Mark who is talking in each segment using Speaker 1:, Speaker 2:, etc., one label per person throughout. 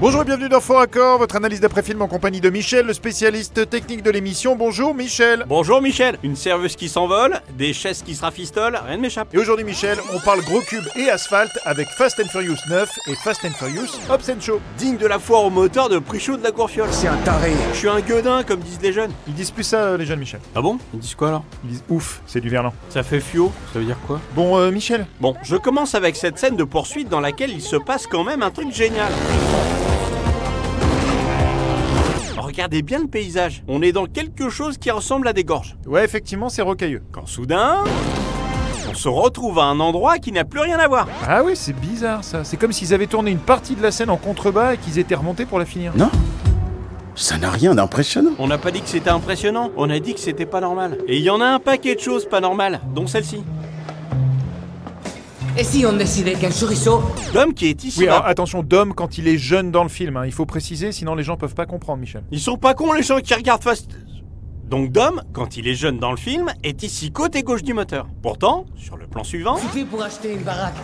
Speaker 1: Bonjour et bienvenue dans Fort Accord, votre analyse d'après-film en compagnie de Michel, le spécialiste technique de l'émission. Bonjour Michel
Speaker 2: Bonjour Michel Une serveuse qui s'envole, des chaises qui se rafistolent, rien ne m'échappe.
Speaker 1: Et aujourd'hui Michel, on parle gros cube et asphalte avec Fast and Furious 9 et Fast and Furious Hobbs and Show.
Speaker 2: Digne de la foire au moteur de Prichot de la Courfiole.
Speaker 3: C'est un taré.
Speaker 2: Je suis un gueudin, comme disent les jeunes.
Speaker 1: Ils disent plus ça euh, les jeunes Michel.
Speaker 2: Ah bon Ils disent quoi alors
Speaker 1: Ils disent ouf, c'est du verlan.
Speaker 2: Ça fait fio, ça veut dire quoi
Speaker 1: Bon euh, Michel,
Speaker 2: Bon, je commence avec cette scène de poursuite dans laquelle il se passe quand même un truc génial. Regardez bien le paysage, on est dans quelque chose qui ressemble à des gorges.
Speaker 1: ouais effectivement c'est rocailleux.
Speaker 2: Quand soudain, on se retrouve à un endroit qui n'a plus rien à voir.
Speaker 1: Ah oui c'est bizarre ça, c'est comme s'ils avaient tourné une partie de la scène en contrebas et qu'ils étaient remontés pour la finir.
Speaker 3: Non Ça n'a rien d'impressionnant.
Speaker 2: On n'a pas dit que c'était impressionnant, on a dit que c'était pas normal. Et il y en a un paquet de choses pas normales, dont celle-ci.
Speaker 4: Et si on décidait qu'un chorizo
Speaker 2: L'homme qui est ici.
Speaker 1: Oui,
Speaker 2: là.
Speaker 1: alors, attention, Dom, quand il est jeune dans le film, hein, il faut préciser, sinon les gens peuvent pas comprendre, Michel.
Speaker 2: Ils sont pas cons les gens qui regardent Fast. Donc Dom, quand il est jeune dans le film, est ici côté gauche du moteur. Pourtant, sur le plan suivant,
Speaker 4: suffit pour acheter une baraque.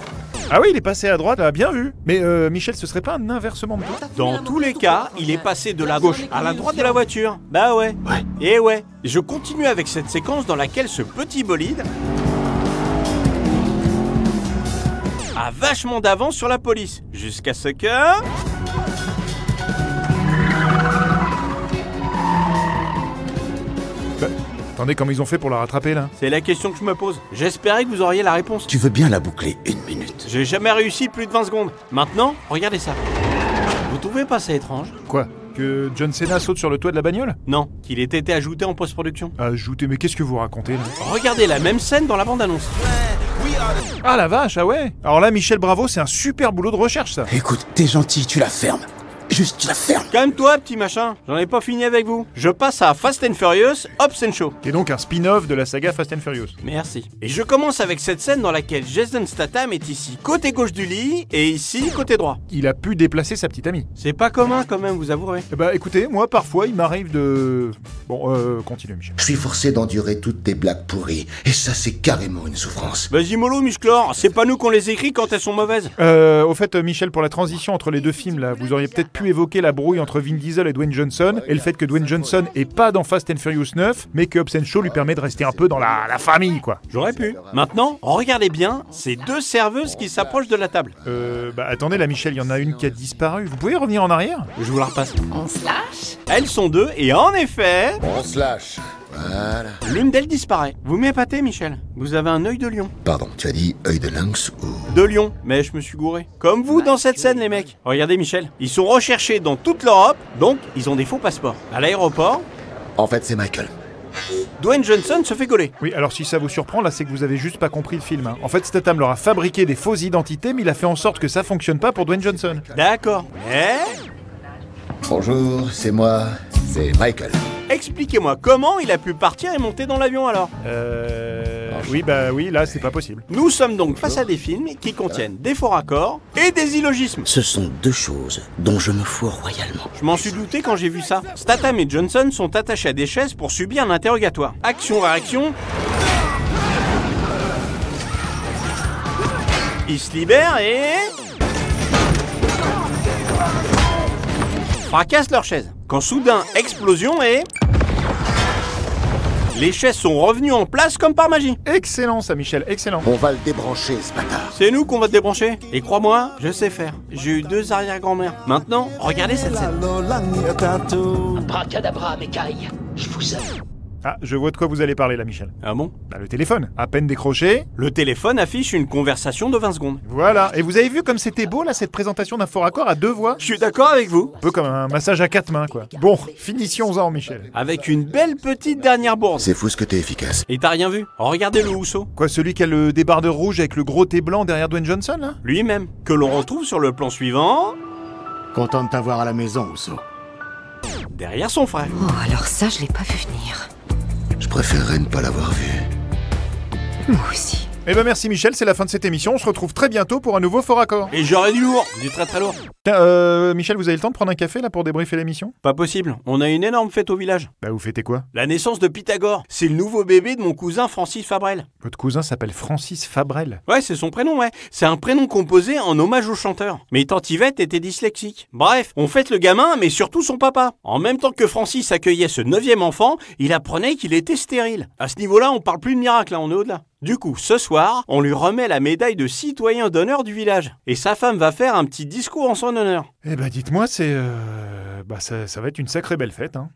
Speaker 1: Ah oui, il est passé à droite, là, bien vu. Mais euh, Michel, ce serait pas un inversement de plan
Speaker 2: dans tous les cas, il est passé de la gauche à la droite de la voiture. Bah ouais. Et ouais. Je continue avec cette séquence dans laquelle ce petit bolide a vachement d'avance sur la police. Jusqu'à ce que...
Speaker 1: Attendez, comment ils ont fait pour la rattraper, là
Speaker 2: C'est la question que je me pose. J'espérais que vous auriez la réponse.
Speaker 3: Tu veux bien la boucler une minute
Speaker 2: J'ai jamais réussi plus de 20 secondes. Maintenant, regardez ça. Vous trouvez pas ça étrange
Speaker 1: Quoi Que John Cena saute sur le toit de la bagnole
Speaker 2: Non, qu'il ait été ajouté en post-production.
Speaker 1: Ajoutez, Ah, mais qu'est-ce que vous racontez, là
Speaker 2: Regardez la même scène dans la bande-annonce.
Speaker 1: Ah la vache, ah ouais Alors là, Michel Bravo, c'est un super boulot de recherche, ça
Speaker 3: Écoute, t'es gentil, tu la fermes. Juste, tu la fermes.
Speaker 2: Calme-toi, petit machin. J'en ai pas fini avec vous. Je passe à Fast and Furious, Hobbs and Show.
Speaker 1: Qui est donc un spin-off de la saga Fast and Furious.
Speaker 2: Merci. Et je commence avec cette scène dans laquelle Jason Statham est ici côté gauche du lit et ici côté droit.
Speaker 1: Il a pu déplacer sa petite amie.
Speaker 2: C'est pas commun quand même, vous avouerez.
Speaker 1: Eh bah écoutez, moi parfois il m'arrive de... Bon, euh, continue Michel.
Speaker 5: Je suis forcé d'endurer toutes tes blagues pourries, et ça c'est carrément une souffrance.
Speaker 2: Vas-y mollo, musclor. C'est pas nous qu'on les écrit quand elles sont mauvaises.
Speaker 1: Euh, au fait, euh, Michel, pour la transition entre les deux films, là, vous auriez peut-être pu évoquer la brouille entre Vin Diesel et Dwayne Johnson, et le fait que Dwayne Johnson est pas dans Fast and Furious 9, mais que Hobbs and Shaw lui permet de rester un peu dans la, la famille, quoi.
Speaker 2: J'aurais pu. Maintenant, regardez bien ces deux serveuses qui s'approchent de la table.
Speaker 1: Euh, bah attendez, là, Michel, il y en a une qui a disparu. Vous pouvez revenir en arrière
Speaker 2: Je vous la repasse.
Speaker 4: On se lâche
Speaker 2: Elles sont deux et en effet,
Speaker 5: On se lâche. Voilà.
Speaker 2: l'une d'elles disparaît. Vous m'épatez, Michel. Vous avez un œil de lion.
Speaker 5: Pardon, tu as dit œil de lynx ou...
Speaker 2: De lion, mais je me suis gouré. Comme vous dans cette scène, les mecs. Regardez, Michel. Ils sont recherchés dans toute l'Europe, donc ils ont des faux passeports. À l'aéroport,
Speaker 5: En fait c'est Michael.
Speaker 2: Dwayne Johnson se fait coller.
Speaker 1: Oui, alors si ça vous surprend, là, c'est que vous avez juste pas compris le film. hein. En fait, Statham leur a fabriqué des fausses identités, mais il a fait en sorte que ça fonctionne pas pour Dwayne Johnson.
Speaker 2: D'accord. Mais
Speaker 5: Bonjour, c'est moi, c'est Michael.
Speaker 2: expliquez-moi comment il a pu partir et monter dans l'avion alors.
Speaker 1: Euh... Oui, bah oui, là, c'est pas possible.
Speaker 2: Nous sommes donc face à des films qui contiennent des faux raccords et des illogismes.
Speaker 3: Ce sont deux choses dont je me fous royalement.
Speaker 2: Je m'en suis douté quand j'ai vu ça. Statham et Johnson sont attachés à des chaises pour subir un interrogatoire. Action réaction. Ils se libèrent et fracassent leurs chaises. Quand soudain, explosion et les chaises sont revenues en place comme par magie.
Speaker 1: Excellent, ça, Michel, excellent.
Speaker 5: On va le débrancher ce bâtard.
Speaker 2: C'est nous qu'on va te débrancher. Et crois-moi, je sais faire. J'ai eu deux arrière-grand-mères. Maintenant, regardez cette scène.
Speaker 4: Bracadabra, mes cailles. Je vous aime.
Speaker 1: Ah, je vois de quoi vous allez parler, là, Michel.
Speaker 2: Ah bon
Speaker 1: Bah, le téléphone. À peine décroché,
Speaker 2: Le téléphone affiche une conversation de 20 secondes.
Speaker 1: Voilà, et vous avez vu comme c'était beau là cette présentation d'un fort accord à deux voix
Speaker 2: Je suis d'accord avec vous.
Speaker 1: Un peu comme un massage à quatre mains quoi. Bon, finitions-en Michel.
Speaker 2: Avec une belle petite dernière bourse.
Speaker 5: C'est fou ce que t'es efficace.
Speaker 2: Et t'as rien vu Oh, Regardez le housseau.
Speaker 1: Quoi, celui qui a le débardeur rouge avec le gros thé blanc derrière Dwayne Johnson là
Speaker 2: Lui-même. Que l'on retrouve sur le plan suivant,
Speaker 6: Content de t'avoir à la maison, Ousso.
Speaker 2: derrière son frère.
Speaker 4: Oh, alors ça, je l'ai pas vu venir.
Speaker 5: Je préférerais ne pas l'avoir vu.
Speaker 4: Moi aussi.
Speaker 1: Eh ben merci Michel, c'est la fin de cette émission. On se retrouve très bientôt pour un nouveau fort accord.
Speaker 2: Et j'aurais du lourd, du très très lourd.
Speaker 1: Tiens, euh, Michel, vous avez le temps de prendre un café là pour débriefer l'émission
Speaker 2: Pas possible, on a une énorme fête au village.
Speaker 1: Bah vous fêtez quoi
Speaker 2: La naissance de Pythagore, c'est le nouveau bébé de mon cousin Francis Fabrel.
Speaker 1: Votre cousin s'appelle Francis Fabrel.
Speaker 2: Ouais, c'est son prénom, ouais. C'est un prénom composé en hommage au chanteur. Mais tante Yvette était dyslexique. Bref, on fête le gamin, mais surtout son papa. En même temps que Francis accueillait ce neuvième enfant, il apprenait qu'il était stérile. À ce niveau-là, on parle plus de miracle, hein, on est au-delà. Du coup, ce soir, on lui remet la médaille de citoyen d'honneur du village. Et sa femme va faire un petit discours en son honneur.
Speaker 1: Eh ben dites-moi, c'est... euh, Bah ça, ça va être une sacrée belle fête. Hein.